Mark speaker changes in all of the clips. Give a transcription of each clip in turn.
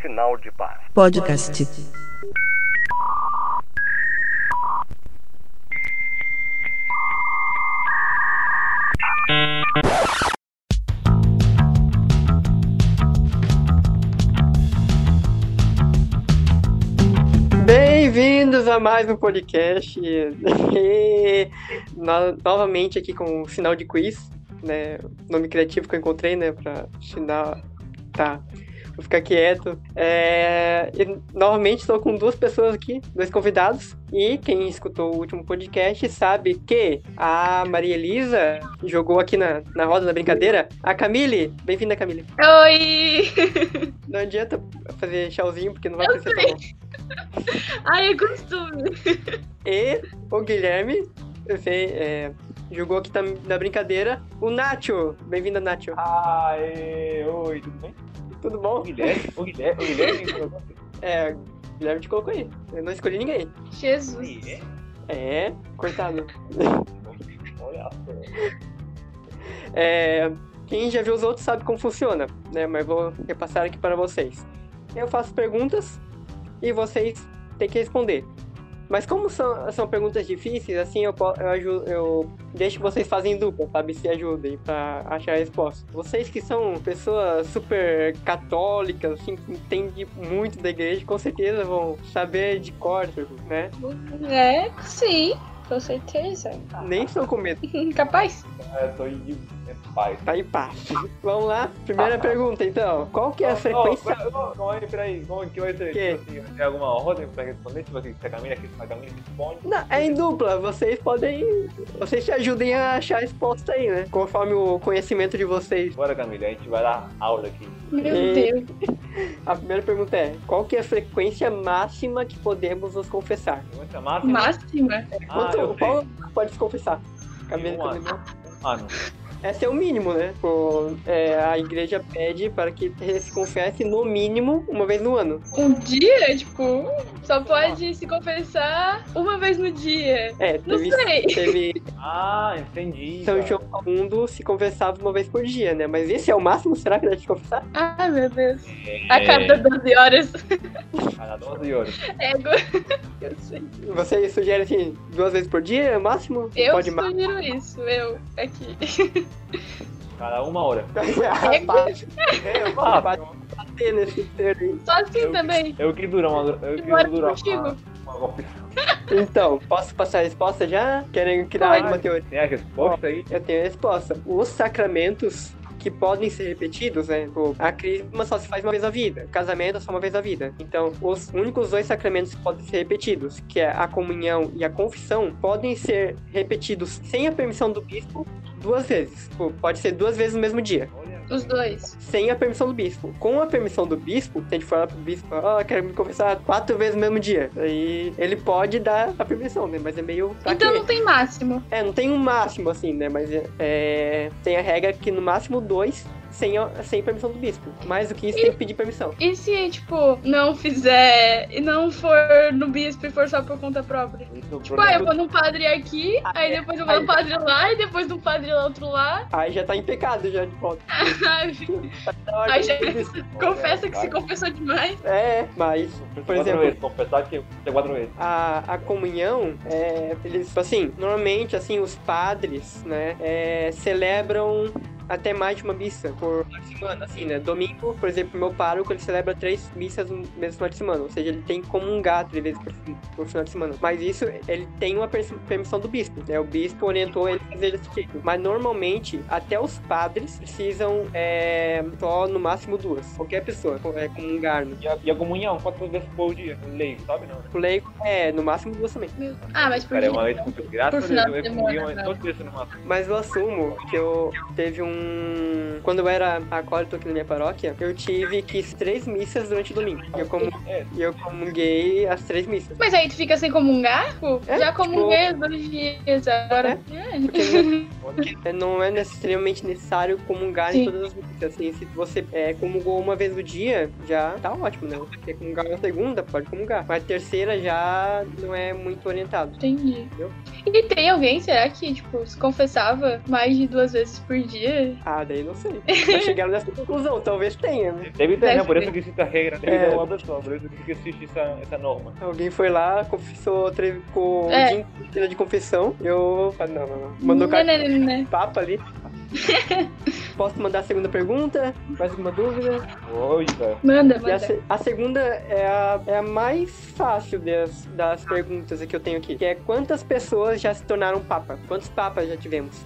Speaker 1: Sinal de paz.
Speaker 2: Podcast.
Speaker 3: Bem-vindos a mais um podcast. E no- novamente aqui com o sinal de quiz, né? O Nome criativo que eu encontrei, né? Pra sinal. Tá. Vou ficar quieto. É, e novamente estou com duas pessoas aqui, dois convidados. E quem escutou o último podcast sabe que a Maria Elisa jogou aqui na, na roda da brincadeira. A Camille, bem-vinda, Camille.
Speaker 4: Oi!
Speaker 3: Não adianta fazer tchauzinho, porque não vai crescer tão bom.
Speaker 4: Ai, é costume.
Speaker 3: E o Guilherme você, é, jogou aqui tam- na brincadeira. O Nacho. Bem-vindo, Nacho.
Speaker 5: Aê, oi, tudo bem?
Speaker 3: Tudo
Speaker 5: O
Speaker 3: bom?
Speaker 5: Guilherme, o Guilherme, o Guilherme.
Speaker 3: É, o Guilherme te colocou aí. Eu não escolhi ninguém.
Speaker 4: Jesus.
Speaker 3: É, coitado.
Speaker 5: Olha só.
Speaker 3: É, quem já viu os outros sabe como funciona, né? Mas vou repassar aqui para vocês. Eu faço perguntas e vocês têm que responder. Mas como são, são perguntas difíceis, assim eu, po- eu, aju- eu deixo vocês fazem dupla, sabe? Se ajudem para achar a resposta. Vocês que são pessoas super católicas, assim, que entendem muito da igreja, com certeza vão saber de cor, né?
Speaker 4: É, sim, com certeza.
Speaker 3: Nem estão com medo.
Speaker 4: Capaz.
Speaker 5: Eu tô em em paz.
Speaker 3: Tá em paz. Vamos lá? Primeira pergunta, então. Qual que é a frequência
Speaker 5: Não, não, não, olha, peraí, como que vai ter?
Speaker 3: Que?
Speaker 5: Tipo assim, vai ter alguma ordem pra responder? Tipo assim, se a Camila aqui, se a Camila responde.
Speaker 3: Não, é em dupla, vocês podem. Vocês te ajudem a achar a resposta aí, né? Conforme o conhecimento de vocês.
Speaker 5: Bora, Camila, a gente vai dar aula aqui.
Speaker 4: Meu
Speaker 3: E-
Speaker 4: Deus.
Speaker 3: A primeira pergunta é: qual que é a frequência máxima que podemos nos confessar?
Speaker 5: Pergunta máxima.
Speaker 4: Máxima.
Speaker 5: Ah,
Speaker 3: Quanto
Speaker 5: eu
Speaker 3: qual
Speaker 5: sei.
Speaker 3: pode se confessar? Camila,
Speaker 5: Um ano.
Speaker 3: Camila.
Speaker 5: Ah, não.
Speaker 3: Esse é o mínimo, né? Pô, é, a igreja pede para que se confesse no mínimo uma vez no ano.
Speaker 4: Um dia, tipo, só pode se confessar uma vez no dia.
Speaker 3: É,
Speaker 4: Não
Speaker 3: teve,
Speaker 4: sei.
Speaker 3: teve
Speaker 5: Ah, entendi.
Speaker 3: São
Speaker 5: cara.
Speaker 3: João do Mundo se confessava uma vez por dia, né? Mas esse é o máximo? Será que dá de confessar?
Speaker 4: Ai, meu Deus.
Speaker 5: É,
Speaker 4: A cada 12 horas.
Speaker 5: Cada 12 horas.
Speaker 4: Ego. Eu sei.
Speaker 3: Você sugere assim, duas vezes por dia, é o máximo?
Speaker 4: Eu
Speaker 3: pode mais?
Speaker 4: sugiro isso, eu aqui.
Speaker 5: Cada uma hora.
Speaker 3: Bate-
Speaker 5: É,
Speaker 3: bate-
Speaker 5: pá,
Speaker 3: bater nesse termo aí.
Speaker 4: Só assim
Speaker 5: Eu-
Speaker 4: também.
Speaker 5: eu queria durar uma. Eu
Speaker 4: Bora
Speaker 5: queria durar uma.
Speaker 4: contigo.
Speaker 5: uma confissão.
Speaker 3: Então, posso passar a resposta já? Querem criar mais uma teoria?
Speaker 5: Tem a resposta aí?
Speaker 3: Eu tenho a resposta. Os sacramentos que podem ser repetidos, né? Tipo, a crisma só se faz uma vez na vida. Casamento é só uma vez na vida. Então, os únicos dois sacramentos que podem ser repetidos, que é a comunhão e a confissão, podem ser repetidos sem a permissão do bispo duas vezes. Tipo, pode ser duas vezes no mesmo dia.
Speaker 4: Os dois.
Speaker 3: sem a permissão do bispo. Com a permissão do bispo, se a gente falar pro bispo, ó, quero me confessar quatro vezes no mesmo dia. Aí ele pode dar a permissão, né? Mas é meio. pra
Speaker 4: Então
Speaker 3: quê?
Speaker 4: não tem máximo.
Speaker 3: É, não tem um máximo assim, né? Mas é- é, tem a regra que no máximo dois sem, a- sem permissão do bispo. Mais do que isso, tem que pedir permissão.
Speaker 4: E se, tipo, não fizer e não for no bispo e for só por conta própria? Tipo, ah, eu vou num padre aqui, aí depois eu vou
Speaker 3: Aí-
Speaker 4: num padre lá, e depois num padre lá, outro lá.
Speaker 3: Aí já tá em pecado, já de volta.
Speaker 4: Ai,
Speaker 3: Na hora
Speaker 4: Aí
Speaker 3: que
Speaker 4: já- é
Speaker 3: pedir isso.
Speaker 4: Confessa que se confessou demais.
Speaker 3: É, mas
Speaker 5: Por exemplo, vezes, confessar que tem quatro vezes.
Speaker 3: a, a comunhão, é, eles, assim, normalmente, assim, os padres, né, é, celebram até mais de uma missa por final de semana, assim, né? Domingo, por exemplo, meu pároco, ele celebra três missas no mesmo final de semana, ou seja, ele tem um que comungar três vezes por, por final de semana. Mas isso, ele tem uma pers- permissão do bispo, né? O bispo orientou ele a fazer esse tipo. Mas, normalmente, até os padres precisam é, só, no máximo, duas. Qualquer pessoa é, comungar, né?
Speaker 5: E a, e a comunhão, quatro vezes por dia. Leigo, sabe? Não, né?
Speaker 3: O leigo é, no máximo, duas também.
Speaker 4: Ah, mas por
Speaker 5: Cara,
Speaker 4: quê?
Speaker 5: é uma vez com tudo.
Speaker 4: Por
Speaker 5: Graças a
Speaker 4: final
Speaker 5: Deus, eu
Speaker 4: de
Speaker 5: comunhão
Speaker 4: semana, né?
Speaker 5: é todo dia no máximo.
Speaker 3: Mas eu assumo que eu teve um. Quando eu era acólito aqui na minha paróquia, eu tive que ir três missas durante o domingo. E eu, comu...
Speaker 5: É,
Speaker 3: e eu comunguei as três missas.
Speaker 4: Mas aí tu fica sem comungar? Pô,
Speaker 3: É,
Speaker 4: Já comunguei os dois dias agora. É,
Speaker 3: É, Não é necessariamente necessário comungar em
Speaker 4: Sim.
Speaker 3: todas as missas. Assim, se você é, comungou uma vez no dia, já tá ótimo, né? Se você comungar na segunda, pode comungar. Mas a terceira já não é muito orientado.
Speaker 4: Entendi. E tem alguém, será que, tipo, se confessava mais de duas vezes por dia? deve.
Speaker 3: Ah, daí não sei. Mas chegaram nessa conclusão, talvez tenha, né?
Speaker 5: Deve ter, né?
Speaker 4: Deve
Speaker 5: Por
Speaker 4: ter.
Speaker 5: isso que existe a regra, deve
Speaker 3: É.
Speaker 5: ter uma pessoa, por isso que existe essa, essa norma.
Speaker 3: Alguém foi lá, confessou, teve com
Speaker 4: É.
Speaker 3: de confissão. Eu. Ah, não, não, não. Mandou
Speaker 4: né,
Speaker 3: carta
Speaker 4: né, né, né.
Speaker 3: de papo ali. Posso mandar a segunda pergunta? Mais alguma dúvida?
Speaker 5: Olha,
Speaker 4: Manda,
Speaker 3: E a,
Speaker 4: manda.
Speaker 3: se- a segunda é a, é a mais fácil das, das perguntas que eu tenho aqui. Que é quantas pessoas já se tornaram papa? Quantos papas já tivemos?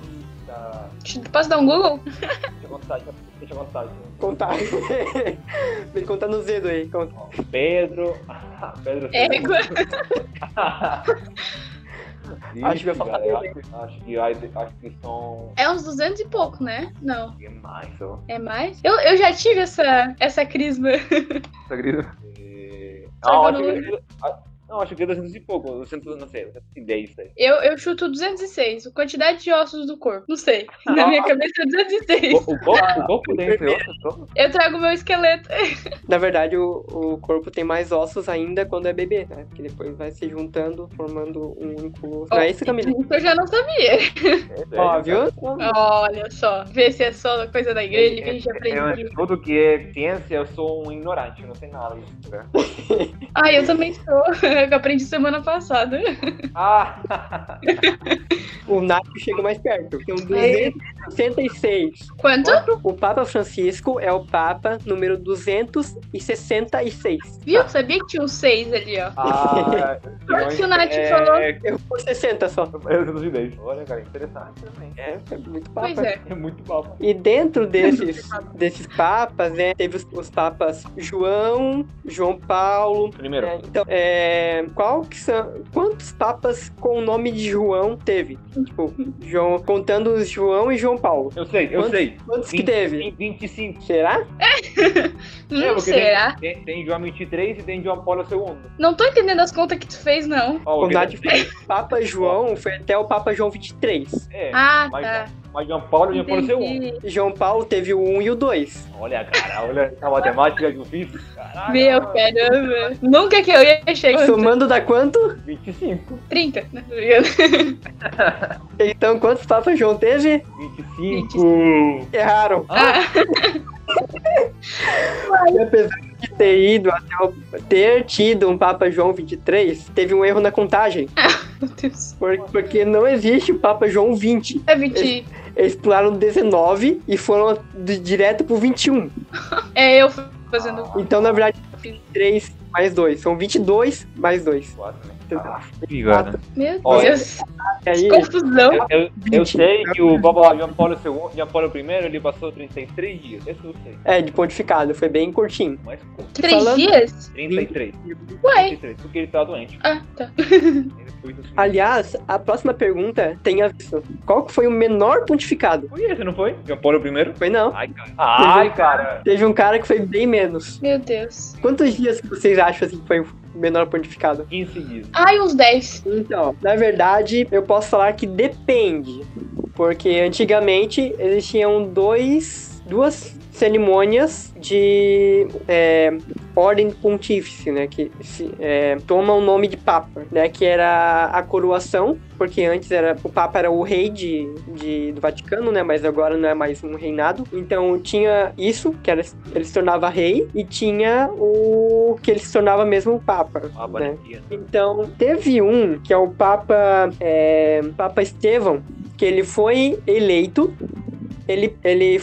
Speaker 5: tá.
Speaker 3: assim-
Speaker 4: Posso dar um Google?
Speaker 5: Deixa eu contar, deixa eu- deixa eu contar.
Speaker 3: Contar. Vem contar no dedo aí. Conta.
Speaker 5: Ó, Pedro. Pedro.
Speaker 4: Égua.
Speaker 5: Ixi,
Speaker 3: Acho que vai faltar
Speaker 5: galera, acho, acho que, acho, acho que são.
Speaker 4: É uns 200 e pouco, né? Não.
Speaker 5: Demais, ó.
Speaker 4: É mais? Eu, eu já tive essa, essa crisma.
Speaker 5: E-
Speaker 4: Só
Speaker 5: Não,
Speaker 4: que
Speaker 5: acho
Speaker 4: eu não
Speaker 5: que. ah, Não, acho que é 200 e pouco, 200, não sei, 210, sei.
Speaker 4: Eu, eu chuto 206. Quantidade de ossos do corpo. Não sei. Na minha cabeça é 206.
Speaker 5: O, o corpo,
Speaker 4: Ah.
Speaker 5: o corpo dentro, eu um
Speaker 4: Eu trago meu esqueleto.
Speaker 3: Na verdade, o, o corpo tem mais ossos ainda quando é bebê, né? Porque depois vai se juntando, formando um único. Não é isso, Camila?
Speaker 4: Isso Então eu já não sabia.
Speaker 3: Ó, viu?
Speaker 4: Olha só. Vê se é só coisa da igreja que
Speaker 5: um
Speaker 4: a gente aprendeu.
Speaker 5: É, Eu, tudo que é ciência, eu sou um ignorante, eu não sei nada disso. né?
Speaker 4: Ah, eu também sou. Eu aprendi semana passada.
Speaker 5: Ah!
Speaker 3: O Nath chegou mais perto. é um
Speaker 4: É.
Speaker 3: São
Speaker 4: Aí.
Speaker 3: 266.
Speaker 4: Quanto?
Speaker 3: O Papa Francisco é o Papa número 266.
Speaker 4: Viu? Sabia que tinha um 6 ali, ó.
Speaker 5: ah
Speaker 4: Só que o Nath
Speaker 5: é-
Speaker 4: falou.
Speaker 3: Eu por 60 só.
Speaker 5: É 210. Olha, cara, interessante também.
Speaker 3: É, é muito Papa.
Speaker 4: Pois é.
Speaker 5: É muito papo.
Speaker 3: E dentro desses, desses papas, né, teve os, os papas João, João Paulo,
Speaker 5: Primeiro,
Speaker 3: É, então, é, qual que são, quantos papas com o nome de João teve? Tipo, João, contando os João e João Paulo.
Speaker 5: eu sei, eu
Speaker 3: Quantos-
Speaker 5: sei.
Speaker 3: Quantos que
Speaker 5: Vinte-
Speaker 3: teve?
Speaker 5: Tem 25.
Speaker 3: Será?
Speaker 5: É, porque
Speaker 4: Não Hum, será?
Speaker 5: Tem, tem, tem João 23 e tem João Paulo II.
Speaker 4: Não tô entendendo as contas que tu fez, não.
Speaker 5: Ó,
Speaker 3: O
Speaker 5: o que-
Speaker 3: Nath foi Papa João, foi até o Papa João 23.
Speaker 5: É,
Speaker 4: Ah,
Speaker 5: mas,
Speaker 4: tá.
Speaker 5: mas João Paulo e João Paulo II.
Speaker 4: Entendi.
Speaker 3: E João Paulo teve o 1 e o 2.
Speaker 5: Olha, cara, olha essa matemática que eu fiz. Caraca,
Speaker 4: Meu caramba. Nunca que eu ia chegar.
Speaker 3: Somando dá quanto?
Speaker 5: 25.
Speaker 4: 30, né? Tô brincando.
Speaker 3: Então, quantos papas João teve?
Speaker 5: 25.
Speaker 3: Erraram.
Speaker 4: Ah,
Speaker 3: E apesar de ter ido até o, ter tido um Papa João 23, teve um erro na contagem.
Speaker 4: meu Deus.
Speaker 3: por- porque não existe o Papa João 20.
Speaker 4: É 20.
Speaker 3: Eles pularam 19 e foram d- direto pro 21.
Speaker 4: É eu fazendo.
Speaker 3: Então, na verdade, 3 mais 2. São 22 mais 2.
Speaker 5: Quatro, né?
Speaker 3: Entendeu?
Speaker 5: Obrigado.
Speaker 4: Meu
Speaker 5: Olha.
Speaker 4: Deus.
Speaker 3: E aí,
Speaker 4: Confusão.
Speaker 5: Eu, eu- eu sei que o Papa João Paulo II, João Paulo I, ele passou 33 dias. Esse eu sei.
Speaker 3: é, de pontificado. Foi bem curtinho.
Speaker 5: Mas pô,
Speaker 4: Três
Speaker 3: falando-
Speaker 4: dias?
Speaker 5: 33.
Speaker 4: Ué.
Speaker 5: 33. Porque ele tá doente.
Speaker 4: Ah, tá.
Speaker 5: Ele foi do
Speaker 3: Aliás, a próxima pergunta tem a ver. Qual que foi o menor pontificado?
Speaker 5: Foi esse, não foi? João Paulo I?
Speaker 3: Foi não.
Speaker 5: Ai, cara. Ai, cara.
Speaker 3: Teve um cara que foi bem menos.
Speaker 4: Meu Deus.
Speaker 3: Quantos dias que vocês acham assim, que foi o menor pontificado?
Speaker 5: 15 dias.
Speaker 4: Ai, uns 10.
Speaker 3: Então, na verdade, eu posso falar que depende. Porque antigamente eles tinham dois, duas cerimônias de é, ordem pontífice, né? Que se, é, toma o nome de Papa, né? Que era a coroação, porque antes era o Papa era o rei de, de- do Vaticano, né? Mas agora não é mais um reinado. Então tinha isso, que era, ele se tornava rei, e tinha o que ele se tornava mesmo Papa.
Speaker 5: Uma
Speaker 3: né?
Speaker 5: bateria.
Speaker 3: Então, teve um que é o Papa, é, Papa Estevão, que ele foi eleito, ele, ele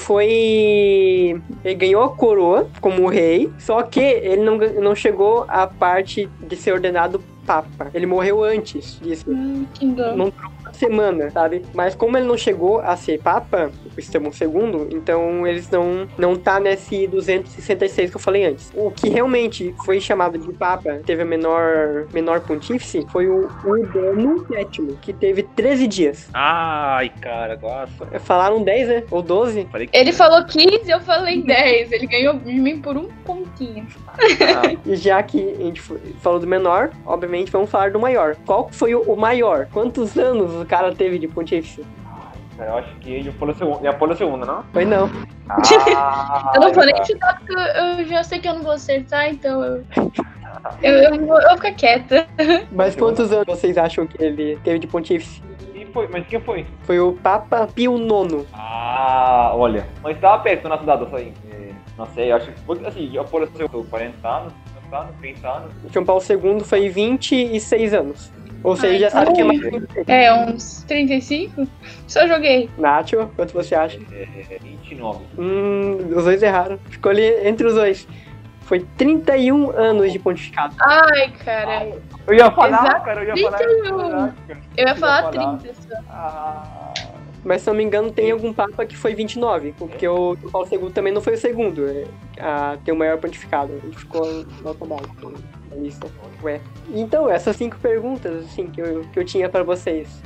Speaker 3: foi. Ele ganhou a coroa como rei, só que ele não, gan- não chegou à parte de ser ordenado Papa. Ele morreu antes disso.
Speaker 4: Hum, que dó.
Speaker 3: Não durou uma semana, sabe? Mas como ele não chegou a ser Papa, o Estevão II, então eles não, não tá nesse 266 que eu falei antes. O que realmente foi chamado de Papa, teve a menor, menor pontífice, foi o Urbano VII, que teve 13 dias.
Speaker 5: Ai, cara, nossa.
Speaker 3: Falaram 10, né? Ou 12?
Speaker 5: Falei que
Speaker 4: Ele falou 15, eu falei 10. Ele ganhou de mim por um pontinho.
Speaker 5: ah,
Speaker 3: E já que a gente f- falou do menor, obviamente vamos falar do maior. Qual foi o o maior? Quantos anos o cara teve de pontífice?
Speaker 5: cara, eu acho que ele falou segundo. Ele falou segundo, não?
Speaker 3: Foi não.
Speaker 5: Ah,
Speaker 4: Eu não vou
Speaker 5: cara.
Speaker 4: nem chutar porque eu, eu já sei que eu não vou acertar, então eu. Eu, eu vou, eu vou ficar quieta.
Speaker 3: Mas quantos anos vocês acham que ele teve de pontífice?
Speaker 5: E quem foi? Mas quem foi?
Speaker 3: Foi o Papa Pio IX.
Speaker 5: Ah, olha. Mas estava perto na cidade assim. É, Não sei, eu acho que. Assim, eu apareceu com 40 anos, 50 anos, 30 anos.
Speaker 3: João Paulo II foi 26 anos. Ou seja, já sabe
Speaker 4: então
Speaker 3: que é
Speaker 4: é.
Speaker 3: mais.
Speaker 4: É, uns 35? Só joguei.
Speaker 3: Nacho, quanto você acha?
Speaker 5: É, é, 29.
Speaker 3: Hum, os dois erraram. Ficou ali entre os dois. Foi 31 anos de pontificado.
Speaker 4: Ai, cara.
Speaker 5: Ah, Eu ia falar, cara, eu ia falar. cara.
Speaker 4: 31. Eu ia falar
Speaker 5: Eu ia falar.
Speaker 4: 30 só.
Speaker 5: Ah,
Speaker 3: Mas se não me engano, tem algum papa que foi 29. Porque o João Paulo II também não foi o segundo é, a ter o maior pontificado. Ele ficou no automático né, na lista. Ué. Então, essas cinco perguntas assim, que, eu, que eu tinha pra vocês.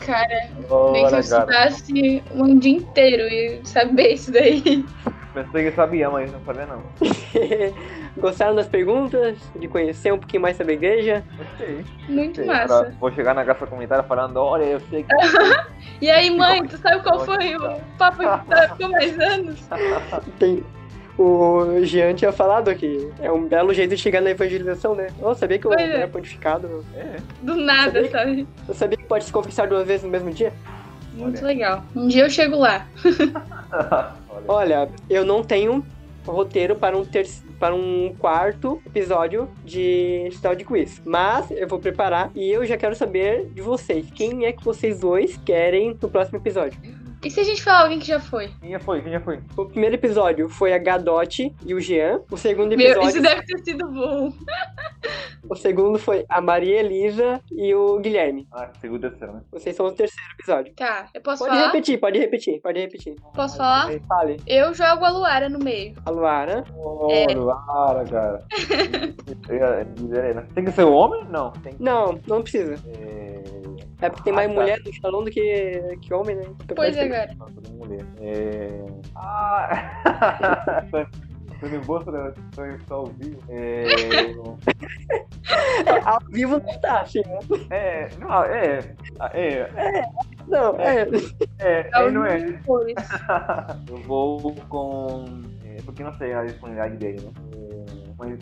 Speaker 4: Cara, nem que eu
Speaker 5: olha, cara.
Speaker 4: estudasse um dia inteiro e saber isso daí.
Speaker 5: Pensei que sabia, mas não sabia não.
Speaker 3: Gostaram das perguntas? De conhecer um pouquinho mais sobre a igreja?
Speaker 5: Ok.
Speaker 4: Muito
Speaker 5: Sei,
Speaker 4: massa.
Speaker 5: agora Vou chegar na graça comentária falando, olha, eu sei que.
Speaker 4: E aí, mãe, tu sabe qual
Speaker 5: Nossa.
Speaker 4: foi o papa que tá- ficou mais anos?
Speaker 3: Tem- O Jean tinha falado que é um belo jeito de chegar na evangelização, né? Eu sabia que eu
Speaker 4: Pois é.
Speaker 3: era pontificado.
Speaker 5: É.
Speaker 4: Do nada, sabe?
Speaker 3: Eu sabia que pode se confessar duas vezes no mesmo dia.
Speaker 4: Muito legal. Um dia eu chego lá.
Speaker 5: Olha.
Speaker 3: Olha, eu não tenho roteiro para um, ter... para um quarto episódio de Style de Quiz. Mas eu vou preparar e eu já quero saber de vocês. Quem é que vocês dois querem no próximo episódio?
Speaker 4: E se a gente falar alguém que já foi?
Speaker 5: Quem já foi? Quem já foi?
Speaker 3: O primeiro episódio foi a Gadote e o Jean. O segundo
Speaker 4: Meu,
Speaker 3: episódio,
Speaker 4: isso deve ter sido bom.
Speaker 3: o segundo foi a Maria Elisa e o Guilherme.
Speaker 5: Ah, segundo e terceiro, né?
Speaker 3: Vocês são o terceiro episódio.
Speaker 4: Tá, eu posso
Speaker 3: Pode
Speaker 4: falar?
Speaker 3: repetir, pode repetir, pode repetir.
Speaker 4: Posso falar?
Speaker 3: Fale,
Speaker 4: Eu jogo a Luara no meio.
Speaker 3: a Luara.
Speaker 5: Oh,
Speaker 4: É.
Speaker 5: Luara, cara. Eu ia dizer, né? Tem que ser homem? Não. Tem que
Speaker 3: Não, não precisa.
Speaker 5: ser.
Speaker 3: É porque tem
Speaker 5: Ah,
Speaker 3: mais
Speaker 5: tá.
Speaker 3: mulher no salão do que, que homem, né? Então
Speaker 4: Pois
Speaker 3: pode-
Speaker 4: é, agora.
Speaker 5: Não, todo mundo lê. É... Ah! Tô em bolsa, né? Tô em só ouvir. É...
Speaker 3: É, ao vivo não tá, Chico.
Speaker 5: é, não, é. Ah, É,
Speaker 3: Não, é.
Speaker 5: é, é, não é.
Speaker 4: Pois.
Speaker 5: Eu vou com. é, porque não sei a disponibilidade dele, né? É, Mas.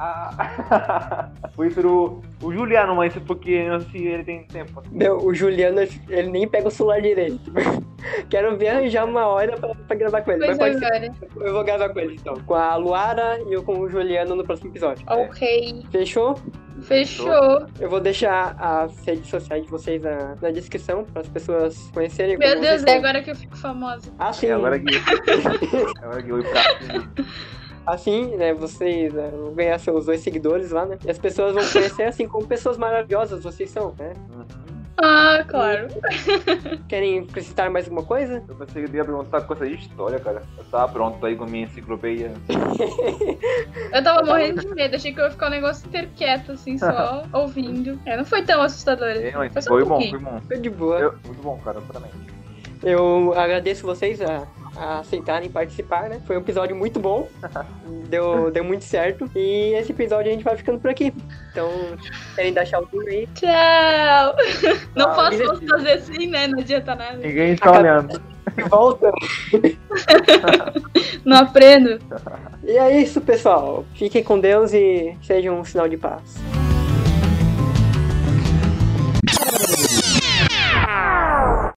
Speaker 5: Ah, Foi isso do- o Juliano, mas porque não sei se ele tem tempo.
Speaker 3: Meu, o Juliano, ele nem pega o celular direito. Quero ver arranjar uma hora pra, pra gravar com ele.
Speaker 4: Pois é.
Speaker 3: Mas pode ser.
Speaker 4: agora.
Speaker 3: Eu vou gravar com ele, então. Com a Luara e eu com o Juliano no próximo episódio.
Speaker 4: Ok.
Speaker 3: Fechou?
Speaker 4: Fechou.
Speaker 3: Eu vou deixar as redes sociais de vocês na, na descrição, para as pessoas conhecerem.
Speaker 4: Meu
Speaker 3: como
Speaker 4: Deus,
Speaker 3: vocês
Speaker 4: é
Speaker 3: são.
Speaker 4: agora que eu fico famosa.
Speaker 3: Assim,
Speaker 5: É agora que. é agora que eu ia pra cima.
Speaker 3: Assim, né, vocês né, vão ganhar seus dois seguidores lá, né? E as pessoas vão conhecer, assim, como pessoas maravilhosas vocês são, né?
Speaker 5: Uhum.
Speaker 4: Ah, claro.
Speaker 3: Querem acrescentar mais alguma coisa?
Speaker 5: Eu pensei que eu ia perguntar coisa de história, cara. Eu tava pronto aí com minha enciclopédia.
Speaker 4: Eu tava morrendo de medo. Achei que eu ia ficar o negócio inteiro quieto, assim, só ouvindo. É, não foi tão assustador.
Speaker 5: É, mas
Speaker 4: Foi só
Speaker 5: foi
Speaker 4: um
Speaker 5: bom, foi
Speaker 4: pouquinho.
Speaker 5: bom.
Speaker 3: Foi de boa. Eu,
Speaker 5: Eu- muito bom, cara, também.
Speaker 3: agradeço vocês a, a aceitarem participar, né? Foi um episódio muito bom. deu, deu muito certo. E esse episódio a gente vai ficando por aqui. Então, querem deixar o duro aí?
Speaker 4: Tchau. Não
Speaker 5: Ah,
Speaker 4: posso
Speaker 5: divertido.
Speaker 4: fazer assim, né? Não adianta nada.
Speaker 5: Ninguém tá olhando.
Speaker 3: E volta!
Speaker 4: Não aprendo.
Speaker 3: E é isso, pessoal. Fiquem com Deus e sejam um sinal de paz.